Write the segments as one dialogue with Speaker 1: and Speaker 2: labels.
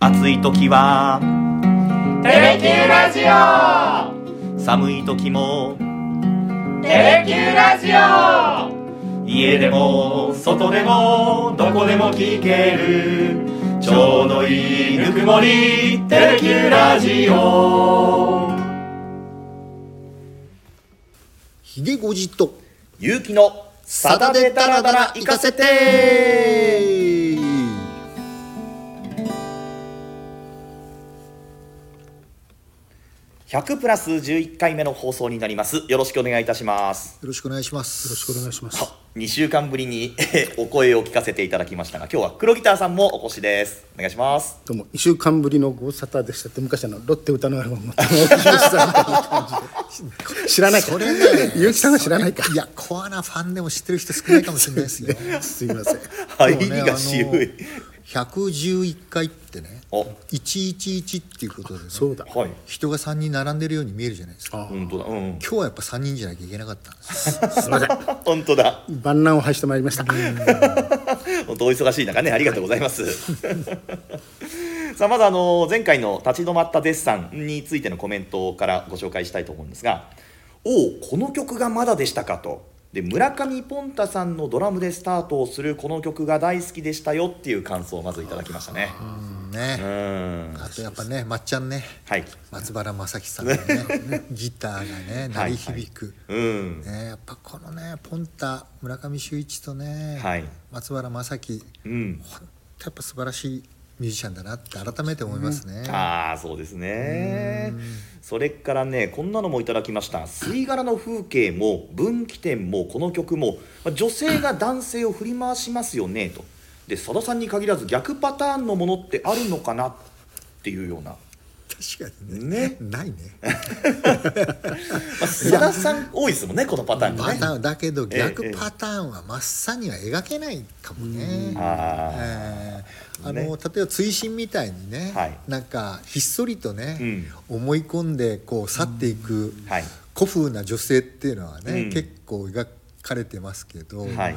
Speaker 1: 暑い時は
Speaker 2: テレキューラジオ
Speaker 1: 寒い時も
Speaker 2: テレキューラジオ
Speaker 1: 家でも外でもどこでも聞けるちょうどいいぬくもりテレキューラジオ
Speaker 3: ひでごじと
Speaker 1: ゆうきの
Speaker 3: サダでダラダラ行かせて
Speaker 1: 100プラス11回目の放送になりますよろしくお願いいたします
Speaker 3: よろしくお願いしますよろしくお願いします
Speaker 1: 2週間ぶりに えーお声を聞かせていただきましたが今日は黒ギターさんもお越しですお願いします
Speaker 4: どうも2週間ぶりのご無沙汰でしたって昔あのロッテ歌のアルバムの玉置浩二さんみたいな感じで知らないか
Speaker 3: それね
Speaker 4: 結城さんが知らないか
Speaker 3: いやコアなファンでも知ってる人少ないかもしれないですよ
Speaker 4: すいません
Speaker 1: 入
Speaker 3: で
Speaker 1: り
Speaker 3: もね
Speaker 1: が渋い
Speaker 3: あの111回ってね
Speaker 1: お
Speaker 3: 111っていうことで、ね、
Speaker 4: そうだ
Speaker 1: はい
Speaker 3: 人が3人並んでるように見えるじゃないですか
Speaker 1: 本当だうん
Speaker 3: 今日はやっぱ3人じゃなきゃいけなかったんですよ
Speaker 4: すいません
Speaker 1: 本当だ
Speaker 4: 万難を排してまいりました
Speaker 1: 本当お忙しい中ねありがとうございます。 さあまずあの前回の立ち止まったデッサンについてのコメントからご紹介したいと思うんですが、おおこの曲がまだでしたかと。で村上ポンタさんのドラムでスタートをするこの曲が大好きでしたよっていう感想をまずいただきましたね。
Speaker 3: うん
Speaker 1: う
Speaker 3: ね
Speaker 1: ん。
Speaker 3: あとやっぱねまっちゃんね
Speaker 1: はい。
Speaker 3: 松原正樹さんのね ギターがね鳴り響く、
Speaker 1: うん。
Speaker 3: ね、やっぱこのねポンタ村上秀一とね、
Speaker 1: はい
Speaker 3: 松原正樹
Speaker 1: うん。
Speaker 3: ほんとやっぱ素晴らしいミュージシャンだなって改めて思いますね、
Speaker 1: ああそうですねそれからねこんなのもいただきました吸い殻の風景も分岐点もこの曲もまあ女性が男性を振り回しますよねとで佐田さんに限らず逆パターンのものってあるのかなっていうような、ま
Speaker 3: 確かにね
Speaker 1: ね
Speaker 3: ないね
Speaker 1: あ、佐田さん多いですもんねこのパターンが
Speaker 3: パ
Speaker 1: ね
Speaker 3: ターンだけど
Speaker 1: ええ
Speaker 3: 逆パターンは真っさには描けないかもね、
Speaker 1: あー
Speaker 3: ええあの
Speaker 1: ね
Speaker 3: 例えば追伸みたいにね、
Speaker 1: はい
Speaker 3: なんかひっそりとね、思い込んでこう去っていく
Speaker 1: はい
Speaker 3: 古風な女性っていうのはね、
Speaker 1: うん
Speaker 3: 結構描かれてますけど、
Speaker 1: はい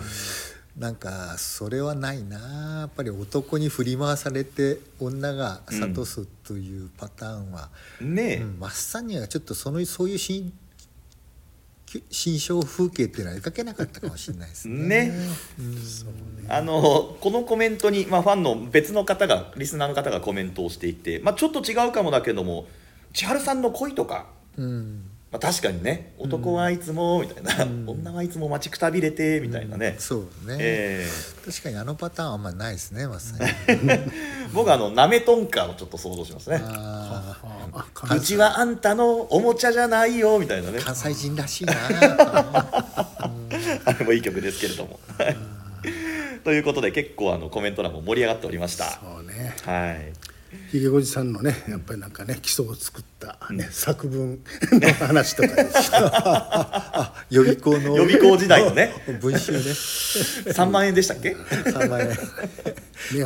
Speaker 3: なんかそれはないなやっぱり男に振り回されて女が諭すというパターンは、
Speaker 1: ね
Speaker 3: うんまっさにはちょっとそのそういう新新象風景っていうのは描けなかったかもしれないですね。
Speaker 1: ねあのこのコメントに、まあ、ファンの別の方がリスナーの方がコメントをしていて、まあ、ちょっと違うかもだけども千春さんの恋とか
Speaker 3: うん、
Speaker 1: まあ、確かにね男はいつもみたいな、女はいつも待ちくたびれてみたいなね、
Speaker 3: そうね、
Speaker 1: え
Speaker 3: 確かにあのパターンはあんまりないですねまっさに。
Speaker 1: え僕はあのなめとんかをちょっと想像しますね
Speaker 3: あー
Speaker 4: あか
Speaker 1: うちはあんたのおもちゃじゃないよみたいなね
Speaker 3: 関西人らしいなやっぱね
Speaker 1: あれもいい曲ですけれども。はい ということで結構あのコメント欄も盛り上がっておりました。
Speaker 4: そうね
Speaker 1: はい、
Speaker 4: ひげごじさんのねやっぱりなんかね基礎を作った、ね、作文の話とかで
Speaker 3: あ予備校の
Speaker 1: 予備校時代のね
Speaker 3: 文 集ね
Speaker 1: 3万円でしたっけ
Speaker 3: 3万円。
Speaker 4: ね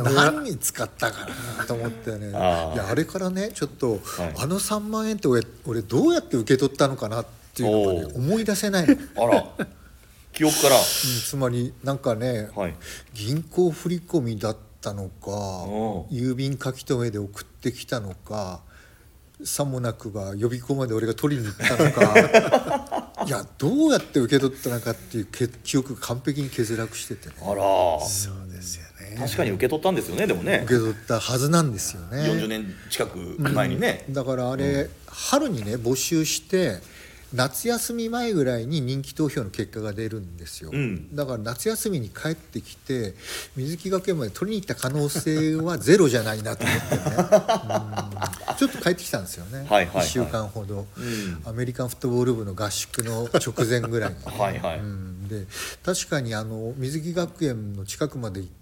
Speaker 4: 俺は
Speaker 3: 何に使ったかなと思ったよね
Speaker 1: あー
Speaker 3: あああれからねちょっと、
Speaker 1: はい
Speaker 3: あの3万円って俺俺どうやって受け取ったのかなっていうのが、
Speaker 1: お
Speaker 3: ね、
Speaker 1: ー
Speaker 3: 思い出せないの、うん、
Speaker 1: あら記憶から。
Speaker 3: つまりなんかね、
Speaker 1: はい
Speaker 3: 銀行振り込みだったのか
Speaker 1: おう
Speaker 3: 郵便書き留めで送ってきたのかさもなくば予備校まで俺が取りに行ったのか いやどうやって受け取ったのかっていうけ記憶が完璧に欠落しててね
Speaker 1: あら
Speaker 4: そうですよね
Speaker 1: 確かに受け取ったんですよねでもね
Speaker 3: 受け取ったはずなんですよね。
Speaker 1: 40年近く前にね、
Speaker 3: だからあれ、春にね募集して夏休み前ぐらいに人気投票の結果が出るんですよ、
Speaker 1: うん
Speaker 3: だから夏休みに帰ってきて水木学園まで取りに行った可能性はゼロじゃないなと思ってね、うんちょっと帰ってきたんですよね、
Speaker 1: はいはいはい
Speaker 3: 1週間ほど、
Speaker 1: ん
Speaker 3: アメリカンフットボール部の合宿の直前ぐらいに、
Speaker 1: はいはい、
Speaker 3: うんで確かにあの水木学園の近くまで行っ
Speaker 1: う
Speaker 3: て、
Speaker 1: ん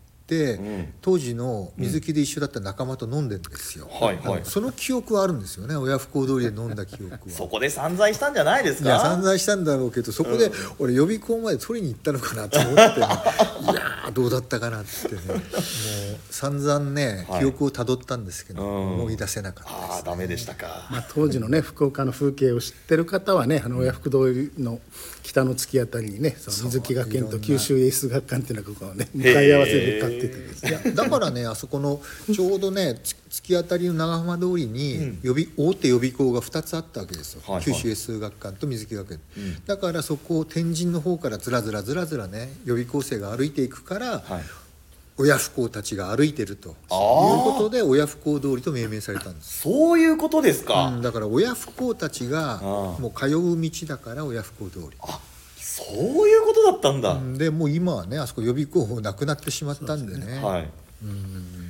Speaker 3: 当時の水木で一緒だった仲間と飲んでんですよ、
Speaker 1: はいはい
Speaker 3: あのその記憶はあるんですよね親不孝通りで飲んだ記憶は
Speaker 1: そこで散財したんじゃないです
Speaker 3: い
Speaker 1: か
Speaker 3: や散々したんだろうけどそこで俺予備校まで取りに行ったのかなと思 って、いやーどうだったかなってねもう散々ね
Speaker 1: はい
Speaker 3: 記憶をたどったんですけど、
Speaker 1: うん
Speaker 3: 思い出せなかった
Speaker 1: ああダメでしたか
Speaker 4: まあ、当時のね福岡の風景を知ってる方はねあの親福通りの北の月あたりにねその水木学園と九州エース学館っていうのがここをね向かい合わせで買っててですね
Speaker 3: いやだからねあそこのちょうどねつ突き当たりの長浜通りに予備、大手予備校が2つあったわけですよ、
Speaker 1: はいはい
Speaker 3: 九州英数学館と水木学園、だからそこを天神の方からずらずらずらずらね予備校生が歩いていくから、
Speaker 1: はい
Speaker 3: 親不孝たちが歩いてるという
Speaker 1: あー
Speaker 3: ことで親不孝通りと命名されたんです
Speaker 1: そういうことですか、
Speaker 3: うんだから親不孝たちが
Speaker 1: ああ
Speaker 3: もう通う道だから親不孝通り
Speaker 1: そういうことだったんだ、
Speaker 3: うんでもう今はねあそこ予備校もなくなってしまったんでね
Speaker 1: はい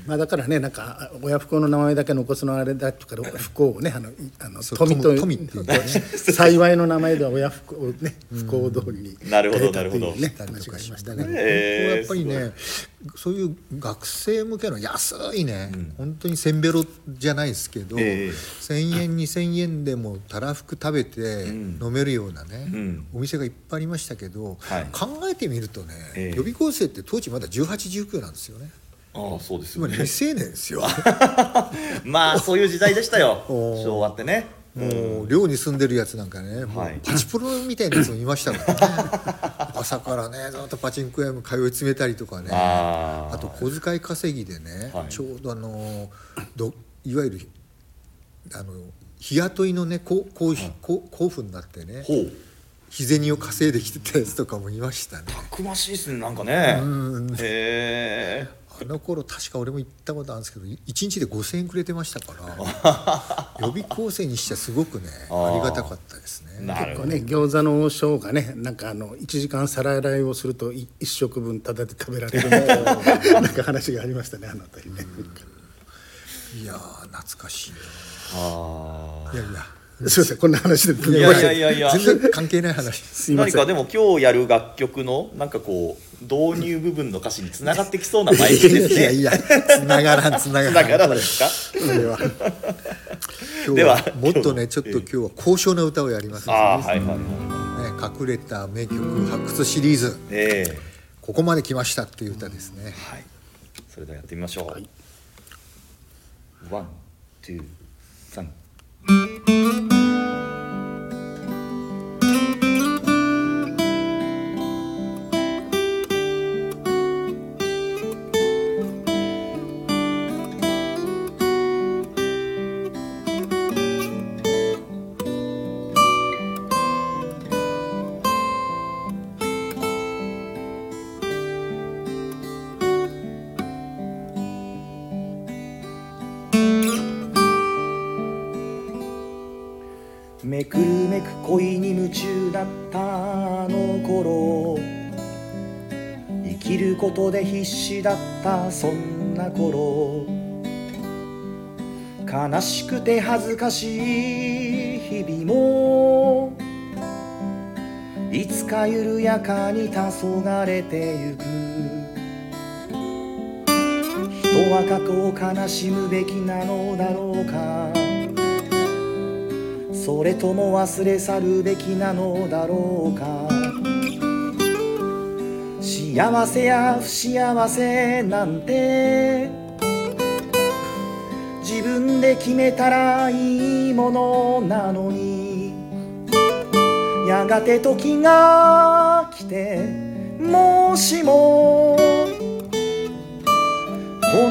Speaker 4: まあだからねなんかあ親不孝の名前だけ残すのはあれだとか不幸をねあのいあの
Speaker 3: そう
Speaker 4: 富と
Speaker 3: 富富っていうね
Speaker 4: 幸いの名前では親不孝をね不幸通りに
Speaker 1: なるほど
Speaker 4: 変えたっていう
Speaker 1: なるほど
Speaker 4: ね
Speaker 3: たり
Speaker 4: 話
Speaker 3: と
Speaker 4: が
Speaker 3: か
Speaker 4: し
Speaker 3: し
Speaker 4: ま
Speaker 3: ま
Speaker 4: し
Speaker 3: したた
Speaker 4: ね
Speaker 3: ね。
Speaker 1: へえ
Speaker 3: やっぱりね、そういう学生向けの安いね、本当にせんべろじゃないですけど、
Speaker 1: ええ
Speaker 3: 1000円2000円でもたらふく食べて
Speaker 1: ん
Speaker 3: 飲めるようなね、
Speaker 1: うん
Speaker 3: お店がいっぱいありましたけど、
Speaker 1: はい
Speaker 3: 考えてみるとね、
Speaker 1: ええ
Speaker 3: 予備校生って当時まだ1819なんですよね
Speaker 1: ああそうです
Speaker 3: つ
Speaker 1: よ
Speaker 3: まり
Speaker 1: ね
Speaker 3: 未成年ですよ
Speaker 1: まあそういう時代でしたよ
Speaker 3: おー
Speaker 1: 昭和ってね
Speaker 3: もう寮に住んでるやつなんかね、もう
Speaker 1: はい
Speaker 3: パチプロみたいなやつもいましたからね 朝からねずっとパチンコ屋も通い詰めたりとかね
Speaker 1: ああ
Speaker 3: あと小遣い稼ぎでね、
Speaker 1: はい
Speaker 3: ちょうどあのどいわゆるあの日雇いのねこうこうひこう交付になってね
Speaker 1: ほう
Speaker 3: 日銭を稼いできてたやつとかもいましたね
Speaker 1: たくましいですねなんかねへえ
Speaker 3: あの頃確か俺も行ったことあるんですけど1日で5,000円くれてましたから 予備校生にしてはすごくね
Speaker 1: あ
Speaker 3: あ
Speaker 1: ー
Speaker 3: りがたかったですね
Speaker 1: なる
Speaker 4: こ
Speaker 1: ほ
Speaker 4: う
Speaker 1: ど
Speaker 4: ね餃子の王将がねなんかあの1時間皿洗いをするとい一食分タダで食べられるみた いななんか話がありましたねあの辺りね。
Speaker 3: いやー懐かしいな
Speaker 1: あ
Speaker 3: いやいや
Speaker 4: すいませんこんな話で
Speaker 1: ーい やいやいやいや
Speaker 3: 全然関係ない話です
Speaker 4: すいま
Speaker 1: 何
Speaker 4: せん
Speaker 1: かでも今日やる楽曲のなんかこう導入部分の歌詞につながってきそうなバイクです
Speaker 3: いやい
Speaker 1: ね
Speaker 3: やつながらんつなが
Speaker 1: つ
Speaker 3: ら
Speaker 1: なんがらないですか
Speaker 4: それは
Speaker 3: 今日
Speaker 1: では
Speaker 3: はもっとねち
Speaker 1: 今
Speaker 3: ょ
Speaker 1: 日
Speaker 3: っと
Speaker 1: の
Speaker 3: 今日は高尚な歌をやります、ね
Speaker 1: ああはいはいはい
Speaker 3: 隠れた名曲発掘シリーズ
Speaker 1: ええ
Speaker 3: ここまで来ましたっていう歌ですね、
Speaker 1: はいそれではやってみましょ
Speaker 4: はい。
Speaker 1: うワンツーサンめくるめく恋に夢中だったあの頃生きることで必死だったそんな頃悲しくて恥ずかしい日々もいつか緩やかに黄昏てゆく人は過去を悲しむべきなのだろうかそれとも忘れ去るべきなのだろうか幸せや不幸せなんて自分で決めたらいいものなのにやがて時が来てもしもこ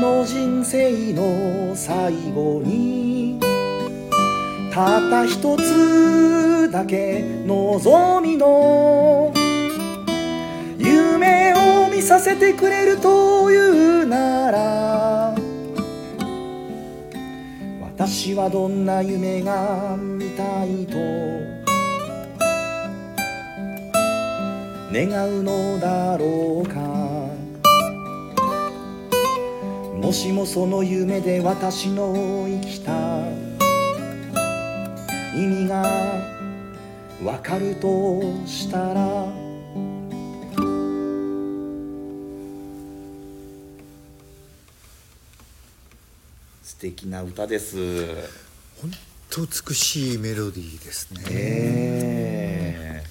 Speaker 1: の人生の最後にたった一つだけ望みの夢を見させてくれるというなら私はどんな夢が見たいと願うのだろうかもしもその夢で私の生きた意味がわかるとしたら素敵な歌です。
Speaker 3: ほんと美しいメロディーですね、
Speaker 1: え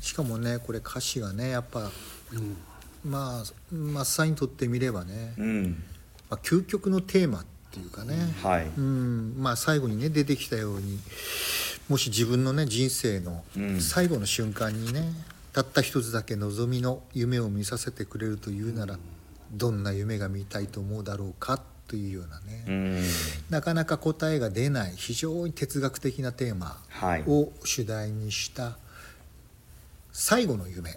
Speaker 3: しかもねこれ歌詞がねやっぱ、まあマッサイにとってみればね、
Speaker 1: えうん、
Speaker 3: まあ、究極のテーマっていうかね、
Speaker 1: はい、
Speaker 3: うんまあ、最後にね出てきたようにもし自分のね人生の
Speaker 1: うん
Speaker 3: 最後の瞬間にね、たった一つだけ望みの夢を見させてくれるというなら、どんな夢が見たいと思うだろうかというようなね、
Speaker 1: うん
Speaker 3: なかなか答えが出ない非常に哲学的なテーマ
Speaker 1: はい
Speaker 3: を主題にした最後の夢、
Speaker 1: う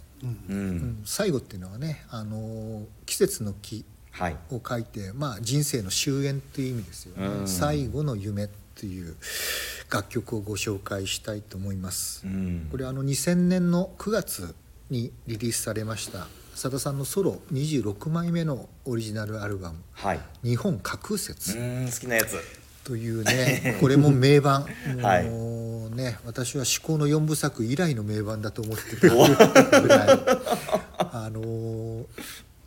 Speaker 3: うんん最後っていうのはね「あの季節の木」
Speaker 1: はい
Speaker 3: を書いて、まあ、人生の終焉という意味ですよね、
Speaker 1: うん
Speaker 3: 最後の夢という楽曲をご紹介したいと思います、
Speaker 1: うん
Speaker 3: これあの2000年の9月にリリースされましたさださんのソロ26枚目のオリジナルアルバム
Speaker 1: はい
Speaker 3: 「日本架空
Speaker 1: う
Speaker 3: 説
Speaker 1: ん好きなやつ」
Speaker 3: というねこれも名盤
Speaker 1: はい
Speaker 3: もうね私は至高の4部作以来の名盤だと思ってたぐらいあのー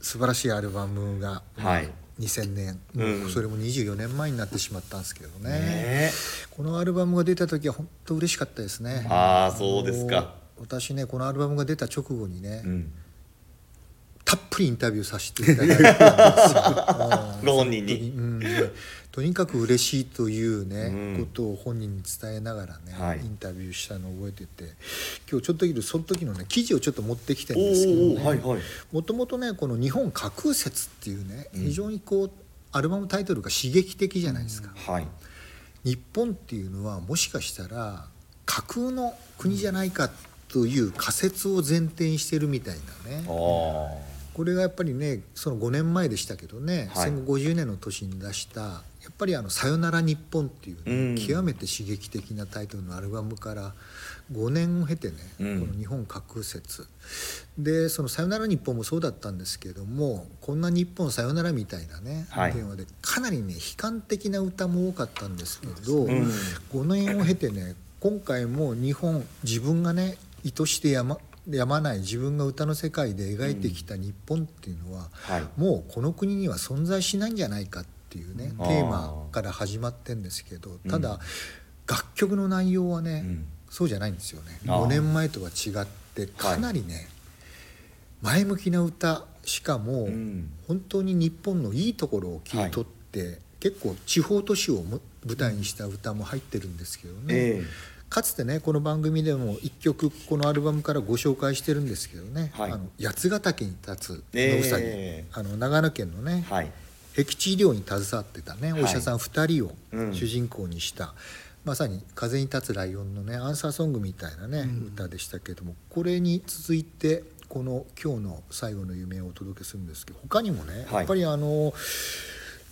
Speaker 3: 素晴らしいアルバムが、
Speaker 1: はい
Speaker 3: 2000年、
Speaker 1: うん
Speaker 3: もうそれも24年前になってしまったんですけどね
Speaker 1: ねえ
Speaker 3: このアルバムが出た時は本当嬉しかったですね
Speaker 1: あーそうですか
Speaker 3: あの私ねこのアルバムが出た直後にね、
Speaker 1: うん。
Speaker 3: たっぷりインタビューさせていただいたんですよ
Speaker 1: ご本 人に
Speaker 3: うんとにかく嬉しいというね、
Speaker 1: うん
Speaker 3: ことを本人に伝えながらね、
Speaker 1: はい
Speaker 3: インタビューしたのを覚えてて今日ちょっといるその時のね記事をちょっと持ってきてるんですけど
Speaker 1: おーおーはいはい
Speaker 3: ねもともとねこの「日本架空説」っていうね非常にこうアルバムタイトルが刺激的じゃないですか。
Speaker 1: はい
Speaker 3: 日本っていうのはもしかしたら架空の国じゃないかという仮説を前提にしてるみたいなね。
Speaker 1: ああ
Speaker 3: これがやっぱりねその5年前でしたけどね、
Speaker 1: はい
Speaker 3: 戦後50年の年に出したやっぱりあの「さよなら日本」っていうね、
Speaker 1: うん
Speaker 3: 極めて刺激的なタイトルのアルバムから5年を経てね、
Speaker 1: うん
Speaker 3: この「日本架空説」でその「さよなら日本」もそうだったんですけどもこんな日本さよならみたいなね、
Speaker 1: はい
Speaker 3: テーマでかなりね悲観的な歌も多かったんですけど、
Speaker 1: うん
Speaker 3: 5年を経てね今回も日本自分がね意図してやまやまない自分が歌の世界で描いてきた日本っていうのは、
Speaker 1: はい
Speaker 3: もうこの国には存在しないんじゃないかっていうね、
Speaker 1: あー
Speaker 3: テーマから始まってんですけどただ、楽曲の内容はね、
Speaker 1: うん
Speaker 3: そうじゃないんですよね。
Speaker 1: あー
Speaker 3: 5年前とは違ってかなりね、前向きな歌しかも、
Speaker 1: うん
Speaker 3: 本当に日本のいいところを切り取って、結構地方都市をも舞台にした歌も入ってるんですけどね、
Speaker 1: ええ
Speaker 3: かつてねこの番組でも1曲このアルバムからご紹介してるんですけどね「
Speaker 1: はい
Speaker 3: あの八ヶ岳に立つ
Speaker 1: ええ
Speaker 3: のうさぎ」あの長野県のね、
Speaker 1: はい
Speaker 3: 僻地医療に携わってたねお医者さん2人
Speaker 1: うん
Speaker 3: を主人公にした、まさに「風に立つライオン」のねアンサーソングみたいなね、歌でしたけどもこれに続いてこの今日の最後の夢をお届けするんですけど他にもね、
Speaker 1: はい
Speaker 3: やっぱりあの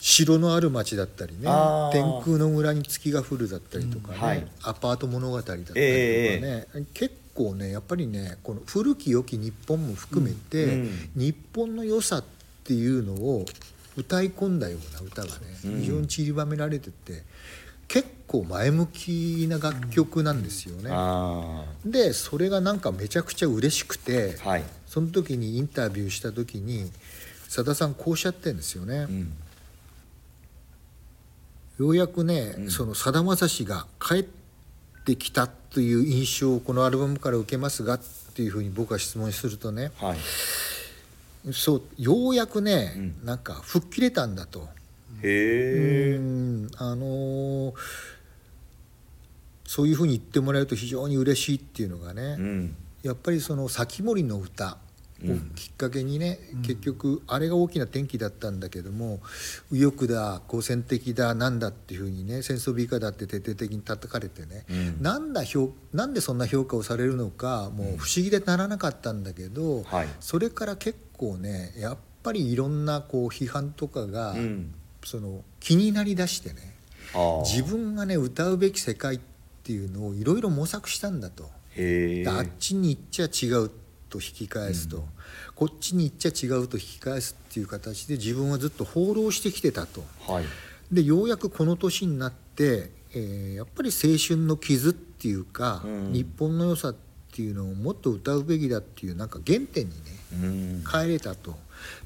Speaker 3: 城のある町だったりね
Speaker 1: あー
Speaker 3: 天空の村に月が降るだったりとかね、
Speaker 1: うんはい
Speaker 3: アパート物語だったりとかね、
Speaker 1: ええ
Speaker 3: 結構ねやっぱりねこの古き良き日本も含めて、
Speaker 1: うん
Speaker 3: 日本の良さっていうのを歌い込んだような歌がね
Speaker 1: うん
Speaker 3: 非常に散りばめられてて、結構前向きな楽曲なんですよね。
Speaker 1: あ
Speaker 3: でそれがなんかめちゃくちゃ嬉しくて、
Speaker 1: あはい
Speaker 3: その時にインタビューした時にさださんこうおっしゃってるんですよね。
Speaker 1: うん
Speaker 3: ようやくね、
Speaker 1: うん
Speaker 3: そのさだまさしが帰ってきたという印象をこのアルバムから受けますがっていうふうに僕は質問するとね
Speaker 1: はい
Speaker 3: そうようやくね、
Speaker 1: うん
Speaker 3: なんか吹っ切れたんだと。
Speaker 1: へ
Speaker 3: う
Speaker 1: え
Speaker 3: んあのーそういうふうに言ってもらえると非常に嬉しいっていうのがね、
Speaker 1: うん
Speaker 3: やっぱりその「咲森の歌」をきっかけにね、結局あれが大きな転機だったんだけども右翼だ好戦的だなんだっていうふうにね戦争美化だって徹底的に叩かれてね、
Speaker 1: うん
Speaker 3: なんだ評なんでそんな評価をされるのかもう不思議でならなかったんだけど、
Speaker 1: はい
Speaker 3: それから結構ねやっぱりいろんなこう批判とかが、
Speaker 1: うん
Speaker 3: その気になりだしてね
Speaker 1: あー
Speaker 3: 自分がね歌うべき世界っていうのをいろいろ模索したんだと。
Speaker 1: へえ
Speaker 3: あっちに行っちゃ違うと引き返すと、こっちに行っちゃ違うと引き返すっていう形で自分はずっと放浪してきてたと
Speaker 1: はい
Speaker 3: でようやくこの年になって、えーやっぱり青春の傷っていうか、
Speaker 1: うん
Speaker 3: 日本の良さっていうのをもっと歌うべきだっていうなんか原点にね
Speaker 1: うん
Speaker 3: 帰れたと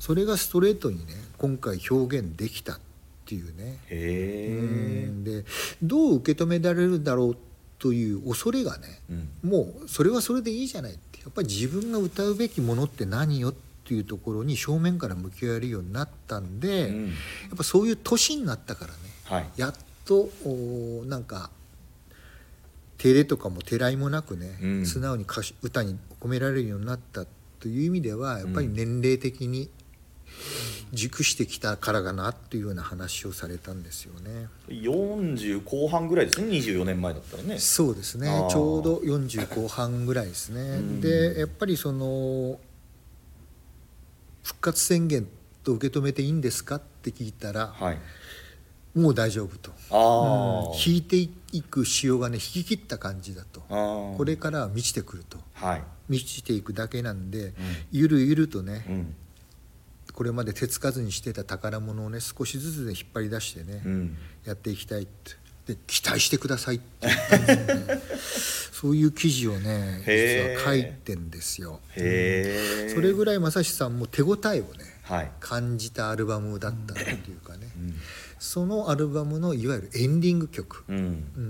Speaker 3: それがストレートにね今回表現できたっていうね
Speaker 1: へえ
Speaker 3: うんでどう受け止められるだろうという恐れがね、
Speaker 1: うん
Speaker 3: もうそれはそれでいいじゃないってやっぱり自分が歌うべきものって何よっていうところに正面から向き合えるようになったんで、
Speaker 1: うん
Speaker 3: やっぱそういう年になったからね
Speaker 1: はい
Speaker 3: やっとおーなんか手入れとかもてらいもなくね、
Speaker 1: うん
Speaker 3: 素直に歌詞歌に込められるようになったという意味ではやっぱり年齢的に、熟してきたからかなっていうような話をされたんですよね。
Speaker 1: 40後半ぐらいですね24年前だったらね
Speaker 3: そうです
Speaker 1: あ
Speaker 3: ね
Speaker 1: ー
Speaker 3: ちょうど40後半ぐらいですねでやっぱりその復活宣言と受け止めていいんですかって聞いたら、
Speaker 1: はい
Speaker 3: もう大丈夫と
Speaker 1: あー
Speaker 3: 引いていく潮がね引き切った感じだと
Speaker 1: あー
Speaker 3: これからは満ちてくると
Speaker 1: はい
Speaker 3: 満ちていくだけなんで、ゆるゆるとね、
Speaker 1: うん
Speaker 3: これまで手つかずにしてた宝物をね少しずつで引っ張り出してね、
Speaker 1: うん
Speaker 3: やっていきたいってで期待してくださいって言ったんです よねそういう記事をね
Speaker 1: へー
Speaker 3: 実は書いてんですよ
Speaker 1: へえ
Speaker 3: それぐらい正志さんも手応えをね
Speaker 1: はい
Speaker 3: 感じたアルバムだったっていうかね、そのアルバムのいわゆるエンディング曲、
Speaker 1: うん
Speaker 3: う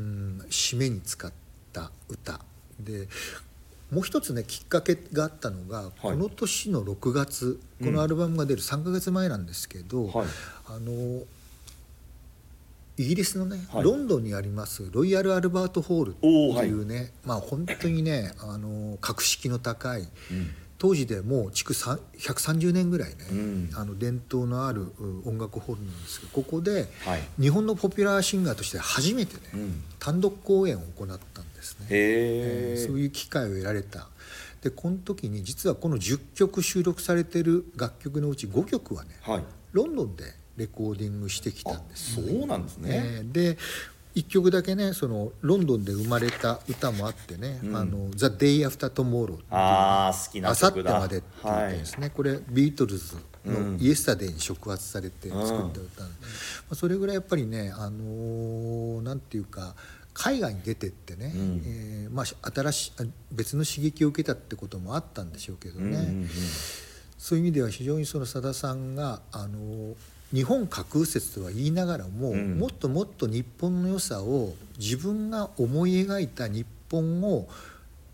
Speaker 3: ん締めに使った歌でもう一つねきっかけがあったのが、この年の6月このアルバムが出る3ヶ月前なんですけど、
Speaker 1: はい
Speaker 3: あのイギリスのね、
Speaker 1: はい
Speaker 3: ロンドンにありますロイヤル・アルバート・ホールっていうね、まあ本当にねあの格式の高い、当時でもう築さ130年ぐらいね、
Speaker 1: うん
Speaker 3: あの伝統のあるう音楽ホールなんですけどここで、
Speaker 1: はい
Speaker 3: 日本のポピュラーシンガーとして初めてね、
Speaker 1: うん
Speaker 3: 単独公演を行ったんですね、
Speaker 1: へえ
Speaker 3: そういう機会を得られたでこの時に実はこの10曲収録されてる楽曲のうち5曲はね、
Speaker 1: はい
Speaker 3: ロンドンでレコーディングしてきた
Speaker 1: あ
Speaker 3: んです
Speaker 1: そうなんですね
Speaker 3: えーで1曲だけねそのロンドンで生まれた歌もあってね「あの The Day After Tomorrow」っていう
Speaker 1: ああ好き
Speaker 3: あ
Speaker 1: な
Speaker 3: さって
Speaker 1: 曲だ
Speaker 3: までっていう歌ですね、これビートルズの「イエスタデイ」に触発されて作った歌なんで、まあ、それぐらいやっぱりね、あのーなんていうか海外に出てってね、
Speaker 1: ん
Speaker 3: えーまあ、し新しいあ別の刺激を受けたってこともあったんでしょうけどね、
Speaker 1: うんうんうん
Speaker 3: そういう意味では非常にそのさださんが、あのー日本架空説とは言いながらも、
Speaker 1: うん
Speaker 3: もっともっと日本の良さを自分が思い描いた日本を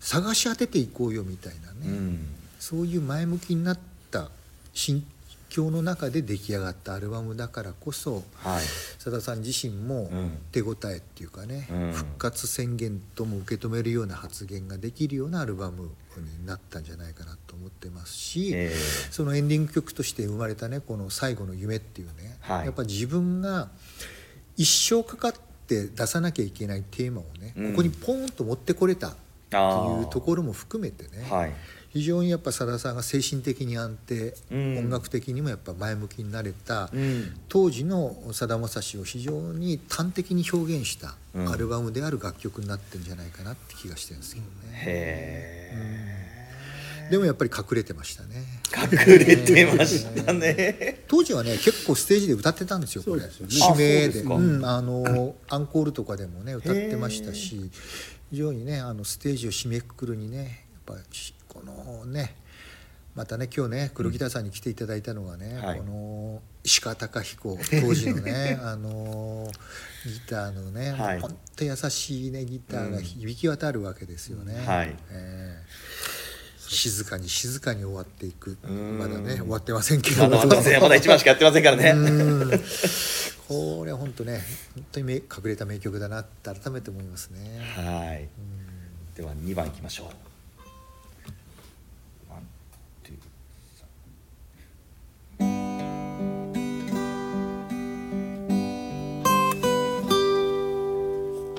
Speaker 3: 探し当てていこうよみたいなね、
Speaker 1: はいうん
Speaker 3: そういう前向きになった心境の中で出来上がったアルバムだからこそ
Speaker 1: はい
Speaker 3: さださん自身も
Speaker 1: うん
Speaker 3: 手応えっていうかね、
Speaker 1: うん
Speaker 3: 復活宣言とも受け止めるような発言ができるようなアルバムになったんじゃないかなと思ってますし、
Speaker 1: ええ
Speaker 3: そのエンディング曲として生まれたねこの「最後の夢」っていうね、
Speaker 1: はい
Speaker 3: やっぱ自分が一生かかって出さなきゃいけないテーマをね、
Speaker 1: うん
Speaker 3: ここにポーンと持ってこれたっていうところも含めてね、
Speaker 1: はい
Speaker 3: 非常にやっぱさださんが精神的に安定、
Speaker 1: うん
Speaker 3: 音楽的にもやっぱ前向きになれた、
Speaker 1: うん
Speaker 3: 当時のさだまさしを非常に端的に表現した
Speaker 1: うん
Speaker 3: アルバムである楽曲になってるんじゃないかなって気がしてるんですけどね、
Speaker 1: へ
Speaker 3: でもやっぱり隠れてましたね
Speaker 1: え隠れてましたね
Speaker 3: 当時はね結構ステージで歌ってたんですよこれ
Speaker 4: そうです
Speaker 1: あそう
Speaker 3: 指名
Speaker 4: よね
Speaker 1: で
Speaker 3: です
Speaker 1: か
Speaker 3: うんあのアンコールとかでもね歌ってましたし非常にねあのステージを締めくくるにねやっぱしこのねまたね今日ね黒木田さんに来ていただいたのがね、
Speaker 1: はい
Speaker 3: この石川貴彦当時の ねあのギターのね、
Speaker 1: はい
Speaker 3: ほんと優しいねギターが響き渡るわけですよね。
Speaker 1: はい
Speaker 3: ええ静かに静かに終わっていく
Speaker 1: ん
Speaker 3: まだね終わってませんけど
Speaker 1: まだまだまだ一番しかやってませんからね
Speaker 3: うんこれは本当ね本当に名隠れた名曲だなって改めて思いますね
Speaker 1: はいでは2番いきましょうワンツー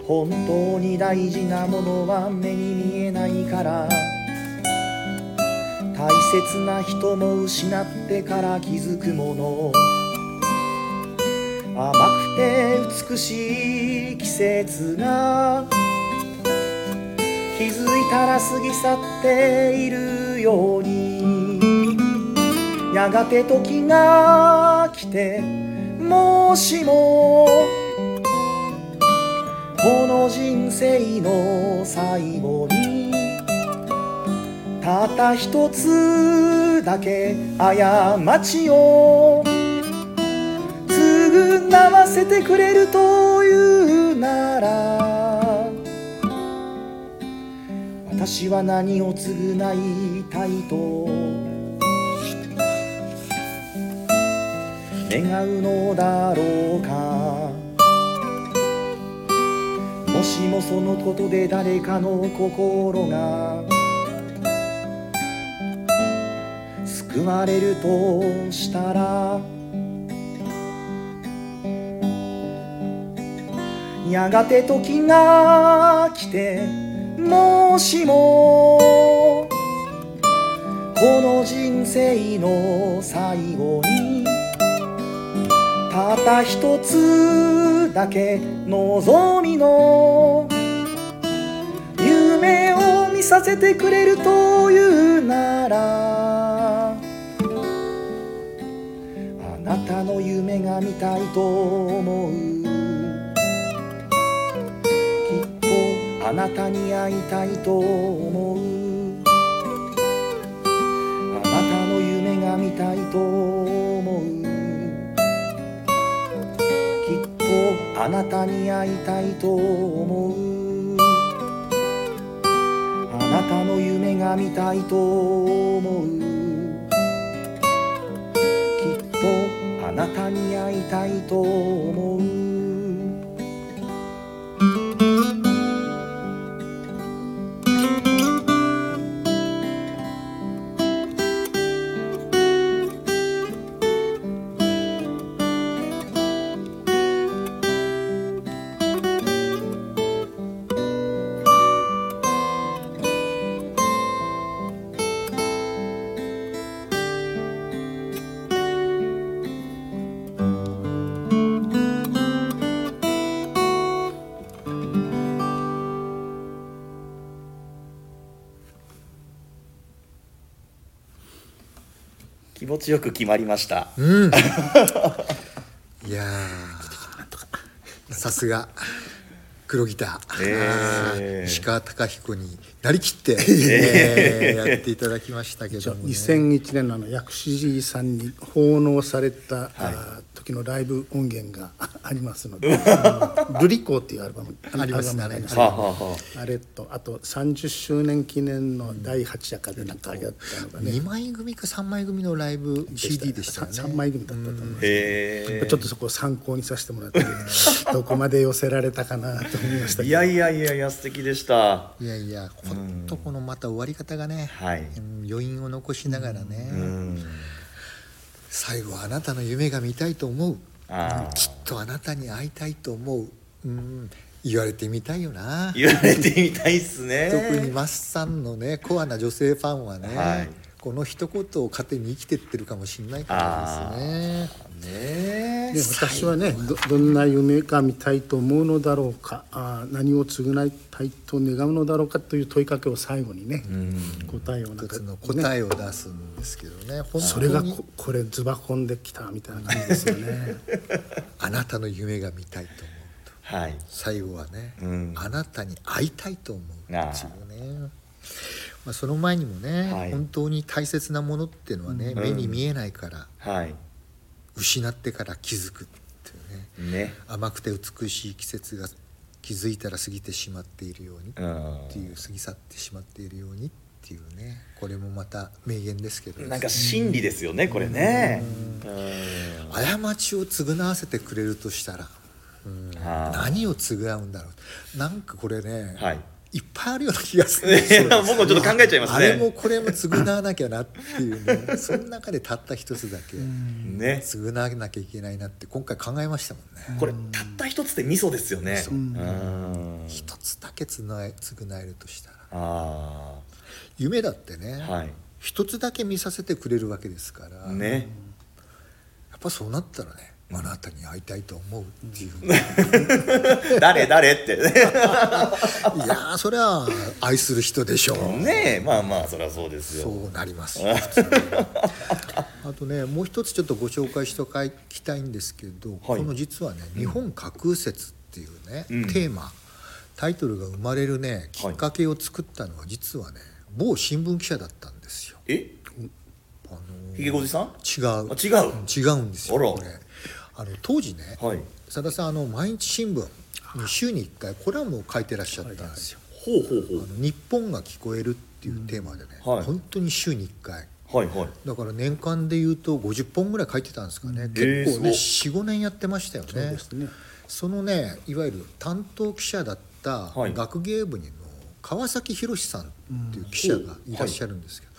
Speaker 1: 本当に大事なものは目に見えないから大切な人も失ってから気づくもの甘くて美しい季節が気づいたら過ぎ去っているようにやがて時が来てもしもこの人生の最後にたった一つだけ過ちを償わせてくれるというなら私は何を償いたいと願うのだろうかもしもそのことで誰かの心が救われるとしたらやがて時が来てもしもこの人生の最後にたった一つだけ望みの夢を見させてくれるというならあなたの夢が見たいと思うきっとあなたに会いたいと思うあなたの夢が見たいと思うきっとあなたに会いたいと思うあなたの夢が見たいと思うきっとあなたに会いたいと思う気持ちよく決まりました
Speaker 3: いやーさすが黒ギター、
Speaker 1: えー
Speaker 3: 石川貴彦になりきって、えーやっていただきましたけども、ね、
Speaker 4: 2001年のあの薬師寺さんに奉納された、あー時のライブ音源がありますので「あのルリコ」っていうアルバム
Speaker 3: ありますね
Speaker 4: アルバムがあります
Speaker 1: はあはあは
Speaker 4: あれとあと30周年記念の第8夜かでなんかやったのがね
Speaker 3: 2枚組か3枚組のライブ CD でしたよね
Speaker 4: 3枚組だったと思います
Speaker 1: へ
Speaker 4: ちょっとそこを参考にさせてもらって どこまで寄せられたかなと思いました
Speaker 1: い
Speaker 4: けど
Speaker 1: やいやいやいや素敵でした
Speaker 3: いやいや本当このまた終わり方がね、
Speaker 1: はい
Speaker 3: うん余韻を残しながらね、
Speaker 1: うん
Speaker 3: 最後あなたの夢が見たいと思う
Speaker 1: あ
Speaker 3: きっとあなたに会いたいと思う、うん、言われてみたいよ
Speaker 1: ー
Speaker 3: な
Speaker 1: 言われてみたいっすね
Speaker 3: 特にマッサンのねコアな女性ファンはね、
Speaker 1: はい
Speaker 3: この一言を糧に生きてってるかもしれないからですね
Speaker 1: ね
Speaker 4: で私はねどどんな夢が見たいと思うのだろうかあー何を償いたいと願うのだろうかという問いかけを最後にね答えをなん
Speaker 3: 一
Speaker 4: か、
Speaker 3: つ
Speaker 4: ね
Speaker 3: の、答えを出すんですけどね本当に
Speaker 4: それがここれズバ込んできたみたいな感じです よね
Speaker 3: あなたの夢が見たいと思うと
Speaker 1: はい
Speaker 3: 最後はね、
Speaker 1: うん
Speaker 3: あなたに会いたいと思うっていう
Speaker 1: あ
Speaker 3: ねまあ、その前にもね、
Speaker 1: はい
Speaker 3: 本当に大切なものっていうのはね、
Speaker 1: ん
Speaker 3: 目に見えないから
Speaker 1: はい
Speaker 3: 失ってから気づくっていうね
Speaker 1: ね
Speaker 3: 甘くて美しい季節が気づいたら過ぎてしまっているよう
Speaker 1: う
Speaker 3: にっていう過ぎ去ってしまっているようにっていうねこれもまた名言ですけど
Speaker 1: んなんか真理ですよねこれね
Speaker 3: 過ちを償わせてくれるとしたら、うん
Speaker 1: うんは
Speaker 3: 何を償うんだろうなんかこれね、
Speaker 1: はい
Speaker 3: いっぱいあるような気がす
Speaker 1: いい
Speaker 3: る
Speaker 1: や 僕もちょっと考えちゃいます
Speaker 3: あれも
Speaker 1: ね
Speaker 3: これも償わなきゃなっていうねその中でたった一つだけ
Speaker 1: ね
Speaker 3: 償わなきゃいけないなって今回考えましたもんね
Speaker 1: これたった一つで味噌ですよねうん
Speaker 3: 一つだけつなえ償えるとしたら
Speaker 1: あ
Speaker 3: 夢だってね、
Speaker 1: あはい
Speaker 3: 一つだけ見させてくれるわけですから、
Speaker 1: ね
Speaker 3: やっぱそうなったらねあなたに会いたいと思うっていう、い
Speaker 1: 誰誰 ってね
Speaker 3: やーそれは愛する人でしょう、
Speaker 1: ねえまあまあそりゃそうです
Speaker 3: そ
Speaker 1: よ
Speaker 3: うなりますよ普通にあとねもう一つちょっとご紹介しておきたいんですけど、
Speaker 1: はい
Speaker 3: この実はね「日本架空説」っていうね、
Speaker 1: うん
Speaker 3: テーマタイトルが生まれるねきっかけを作ったのは実はね某新聞記者だったんですよ。
Speaker 1: え
Speaker 3: あのー
Speaker 1: ひげごじさん
Speaker 3: 違う
Speaker 1: あ違う
Speaker 3: 違うんですよ
Speaker 1: あら
Speaker 3: これあの当時ね、
Speaker 1: はい
Speaker 3: さださんあの毎日新聞に週に1回コラムを書いてらっしゃったんですよ
Speaker 1: ほうほう
Speaker 3: 「日本が聞こえる」っていうテーマでね、
Speaker 1: はい
Speaker 3: 本当に週に1回
Speaker 1: ほうはいはい
Speaker 3: だから年間でいうと50本ぐらい書いてたんですかね、結構ね45年やってましたよね
Speaker 4: そうですね
Speaker 3: そのねいわゆる担当記者だった
Speaker 1: はい
Speaker 3: 学芸部にの川崎博さんっていう記者がいらっしゃるんですけど、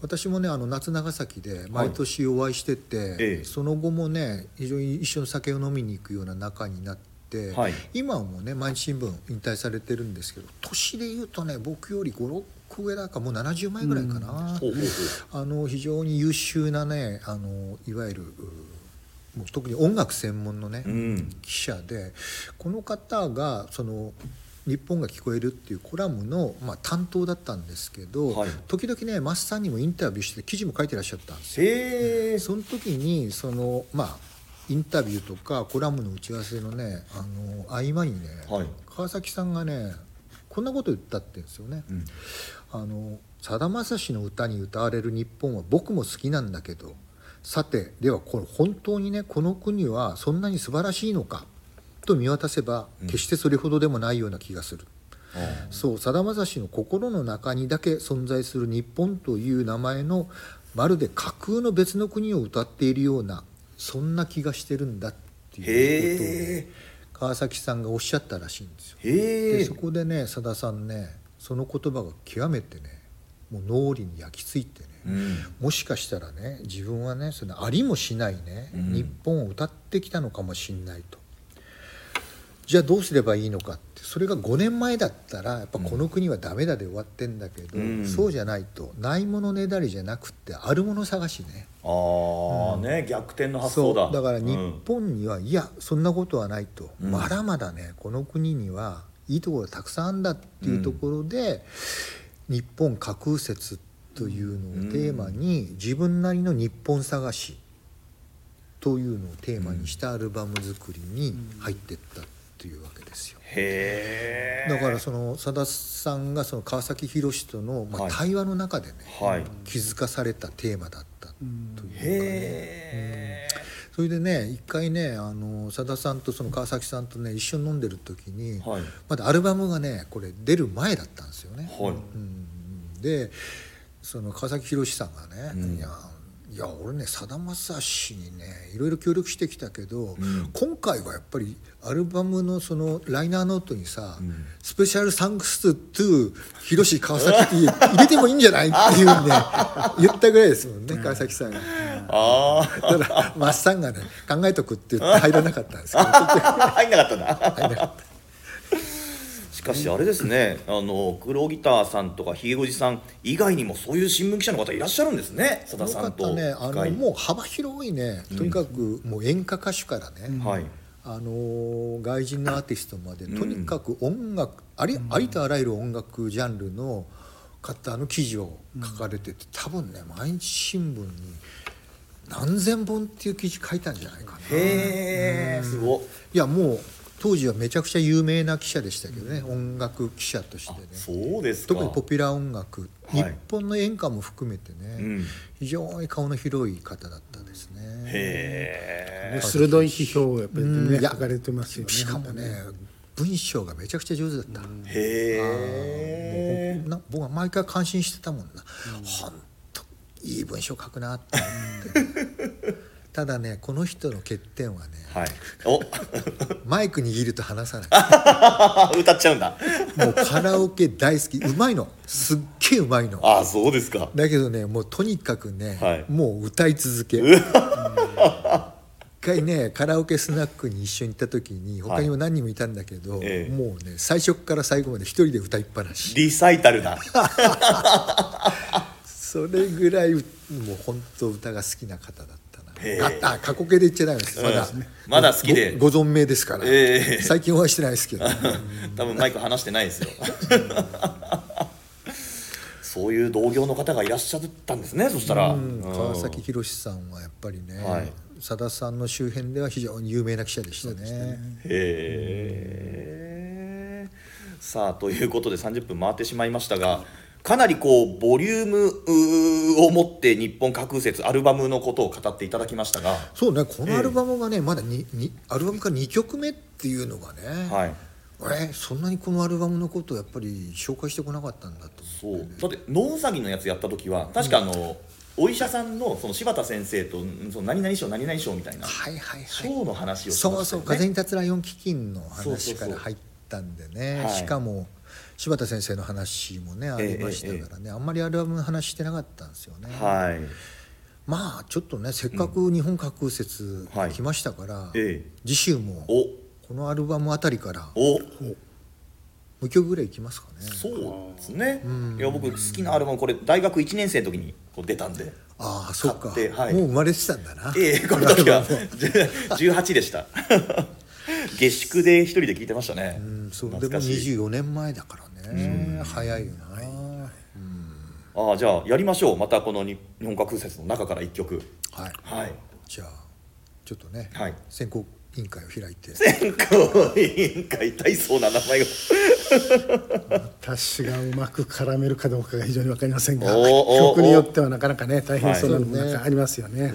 Speaker 3: 私もねあの夏長崎で毎年お会いしてて、
Speaker 1: ええ
Speaker 3: その後もね非常に一緒に酒を飲みに行くような仲になって。って、
Speaker 1: はい
Speaker 3: 今はもうね毎日新聞引退されてるんですけど年で言うとね僕より56個上だからもう70前ぐらいかな、
Speaker 1: ほうほうほう
Speaker 3: あの非常に優秀なねあのいわゆるうもう特に音楽専門のね、
Speaker 1: うん
Speaker 3: 記者でこの方がその「日本が聞こえる」っていうコラムの、まあ、担当だったんですけど、
Speaker 1: はい
Speaker 3: 時々ねマスさんにもインタビューして記事も書いてらっしゃったんですよ。
Speaker 1: へえ
Speaker 3: その時にそのまあインタビューとかコラムの打ち合わせのねあの合間にね、
Speaker 1: はい
Speaker 3: 川崎さんがねこんなこと言ったって言うんですよね。
Speaker 1: うん
Speaker 3: あのさだまさしの歌に歌われる日本は僕も好きなんだけどさてではこれ本当にねこの国はそんなに素晴らしいのかと見渡せば決してそれほどでもないような気がする、そうさだまさしの心の中にだけ存在する日本という名前のまるで架空の別の国を歌っているようなそんな気がしてるんだっていうことを
Speaker 1: へ
Speaker 3: ね川崎さんがおっしゃったらしいんですよ。
Speaker 1: へ
Speaker 3: で
Speaker 1: え
Speaker 3: そこでねさださんねその言葉が極めてねもう脳裏に焼き付いてね、
Speaker 1: うん
Speaker 3: もしかしたらね自分はねそのありもしないね、
Speaker 1: うん
Speaker 3: 日本を歌ってきたのかもしれないとじゃあどうすればいいのかってそれが5年前だったらやっぱこの国はダメだで終わってんだけど、
Speaker 1: うん
Speaker 3: そうじゃないとないものねだりじゃなくってあるもの探しね。
Speaker 1: ああね逆転の発想だ
Speaker 3: そうだから日
Speaker 1: うん
Speaker 3: 本には、いやそんなことはないと、
Speaker 1: うん
Speaker 3: まだまだねこの国にはいいところがたくさんあんだっていうところで、日本架空説というのをテーマに、自分なりの日本探しというのをテーマにしたアルバム作りに入ってったっていうわけですよ。
Speaker 1: へえ
Speaker 3: だからそのさださんがその川崎宏とのま
Speaker 1: は
Speaker 3: あ
Speaker 1: い
Speaker 3: 対話の中でね、
Speaker 1: はい
Speaker 3: 気づかされたテーマだったというかね。
Speaker 1: へえ
Speaker 3: それでね一回ねあのさださんとその川崎さんとね一緒に飲んでる時に、
Speaker 1: はい
Speaker 3: まだアルバムがねこれ出る前だったんですよね。
Speaker 1: はい
Speaker 3: うん、でその川崎宏さんがね「
Speaker 1: うん
Speaker 3: いやいや俺ねさだまさしにねいろいろ協力してきたけど、
Speaker 1: ん
Speaker 3: 今回はやっぱりアルバムのそのライナーノートにさ「
Speaker 1: ん
Speaker 3: スペシャルサンクストゥ広志川崎」って入れてもいいんじゃないってい うんで言ったぐらいですもんね川崎さんが。
Speaker 1: あ
Speaker 3: ただマッサンがね考えとくって言って入らなかったんですけど
Speaker 1: あ 入んなかったなしかしあれですねあの黒ギターさんとかひげごじさん以外にもそういう新聞記者の方いらっしゃるんですね佐田
Speaker 3: こ
Speaker 1: さ
Speaker 3: の
Speaker 1: んと
Speaker 3: 方ねあ
Speaker 1: は
Speaker 3: の
Speaker 1: い
Speaker 3: もう幅広いねとにかくもう演歌歌手からね、
Speaker 1: はい
Speaker 3: あのー外人のアーティストまでとにかく音楽ありありとあらゆる音楽ジャンルの方の記事を書かれてて多分ね毎日新聞に何千本っていう記事書いたんじゃないかな。
Speaker 1: へえすごっ
Speaker 3: いやもう当時はめちゃくちゃ有名な記者でしたけどね、音楽記者としてね。
Speaker 1: そうですか
Speaker 3: 特にポピュラー音楽、
Speaker 1: はい
Speaker 3: 日本の演歌も含めてね、
Speaker 1: うん
Speaker 3: 非常に顔の広い方だったですね。
Speaker 1: へえ
Speaker 4: 鋭い批評をやっぱりね
Speaker 3: うんいや
Speaker 4: 書かれてますよね
Speaker 3: しかもね文章がめちゃくちゃ上手だった。
Speaker 1: へえ
Speaker 3: な僕は毎回感心してたもんな、ほんといい文章書くな って思ってねただねこの人の欠点はね
Speaker 1: はいお
Speaker 3: マイク握ると話さない
Speaker 1: 歌っちゃうんだ
Speaker 3: もうカラオケ大好きうまいのすっげえうまいの
Speaker 1: ああそうですか
Speaker 3: だけどねもうとにかくね、
Speaker 1: はい
Speaker 3: もう歌い続けうん一回ねカラオケスナックに一緒に行った時に他にも何人もいたんだけど、
Speaker 1: ええ
Speaker 3: もうね最初から最後まで一人で歌いっぱ なし
Speaker 1: リサイタルだ
Speaker 3: それぐらいもう本当歌が好きな方だったな、
Speaker 1: え
Speaker 3: ああ過去形で言っちゃダメですまだ、
Speaker 1: うんまだ好きで
Speaker 3: ごご存命ですから、
Speaker 1: ええ
Speaker 3: 最近お会いしてないですけど
Speaker 1: 多分マイク離してないですよ そういう同業の方がいらっしゃったんですねそしたら、
Speaker 3: うん川崎宏さんはやっぱりね
Speaker 1: はい
Speaker 3: さだ、さんの周辺では非常に有名な記者でしたね
Speaker 1: へえさあということで30分回ってしまいましたがかなりこうボリュームうーを持って日本架空説アルバムのことを語っていただきましたが
Speaker 3: そうねこのアルバムがね、まだににアルバムから2曲目っていうのがね、
Speaker 1: はい
Speaker 3: あれそんなにこのアルバムのことをやっぱり紹介してこなかったんだと
Speaker 1: そ
Speaker 3: 思っ
Speaker 1: う
Speaker 3: てね
Speaker 1: だって脳詐欺のやつやった時は確かあの、お医者さんのその柴田先生とうんその何々賞何々賞みたいな
Speaker 3: はいはいはい
Speaker 1: 賞の話をし
Speaker 3: そ
Speaker 1: ま
Speaker 3: う
Speaker 1: した
Speaker 3: そ
Speaker 1: よ
Speaker 3: う「風
Speaker 1: ね
Speaker 3: に立つライオン基金」の
Speaker 1: そうそうそう
Speaker 3: 話から入ったんでね
Speaker 1: はい
Speaker 3: しかも柴田先生の話もねありましたからね、あんまりアルバムの話してなかったんですよね、
Speaker 1: はい
Speaker 3: まあちょっとねせっかく日本架空説
Speaker 1: はい
Speaker 3: 来ましたから、
Speaker 1: ええ
Speaker 3: 次週も
Speaker 1: お
Speaker 3: このアルバムあたりから
Speaker 1: お
Speaker 3: 無曲ぐらいいきますかね
Speaker 1: そうですねいや僕好きなアルバムこれ大学1年生の時にこう出たんで
Speaker 3: ああそうか、
Speaker 1: 買ってはい
Speaker 3: もう生まれてたんだな
Speaker 1: ええこの時は18でした 下宿で一人で聞いてましたね
Speaker 3: うんそうでも
Speaker 1: 懐かしい
Speaker 3: 24年前だからね早いよな、
Speaker 1: ああじゃあやりましょうまたこの日日本歌空説の中から一曲
Speaker 3: はい
Speaker 1: はい
Speaker 3: じゃあちょっとね、
Speaker 1: はい
Speaker 3: 選考委員会を開いて
Speaker 1: 選考委員会大層な名前が
Speaker 4: 私がうまく絡めるかどうかが非常に分かりませんが
Speaker 1: おーおーおー
Speaker 4: 曲によってはなかなかね大変そうなのも
Speaker 3: はい
Speaker 4: なんかありますよね。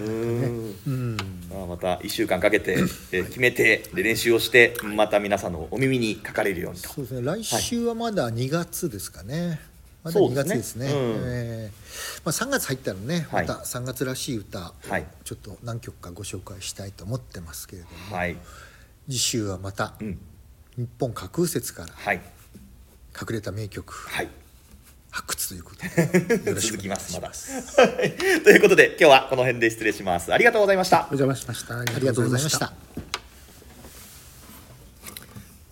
Speaker 1: まあまた1週間かけて、えー決めてで練習をしてまた皆さんのお耳にかかれるようにと
Speaker 3: そうですね来週はまだ2月ですかね、まだ
Speaker 1: そう
Speaker 3: 2
Speaker 1: です
Speaker 3: 月
Speaker 1: ね
Speaker 3: ですね
Speaker 1: うん
Speaker 3: えーまあ、3月入ったらね
Speaker 1: は
Speaker 3: ま
Speaker 1: い
Speaker 3: た3月らしい歌を
Speaker 1: はい
Speaker 3: ちょっと何曲かご紹介したいと思ってますけれども、
Speaker 1: はい
Speaker 3: 次週はまた
Speaker 1: うん
Speaker 3: 日本架空説から
Speaker 1: はい
Speaker 3: 隠れた名曲
Speaker 1: はい
Speaker 3: 発掘ということ でよろし
Speaker 1: 続
Speaker 3: くお
Speaker 1: き
Speaker 3: 願い
Speaker 1: ます
Speaker 3: し
Speaker 1: まだ
Speaker 3: ます。
Speaker 1: ということで今日はこの辺で失礼しますありがとうございました
Speaker 4: お邪魔しました。あ
Speaker 3: ありがとうございました。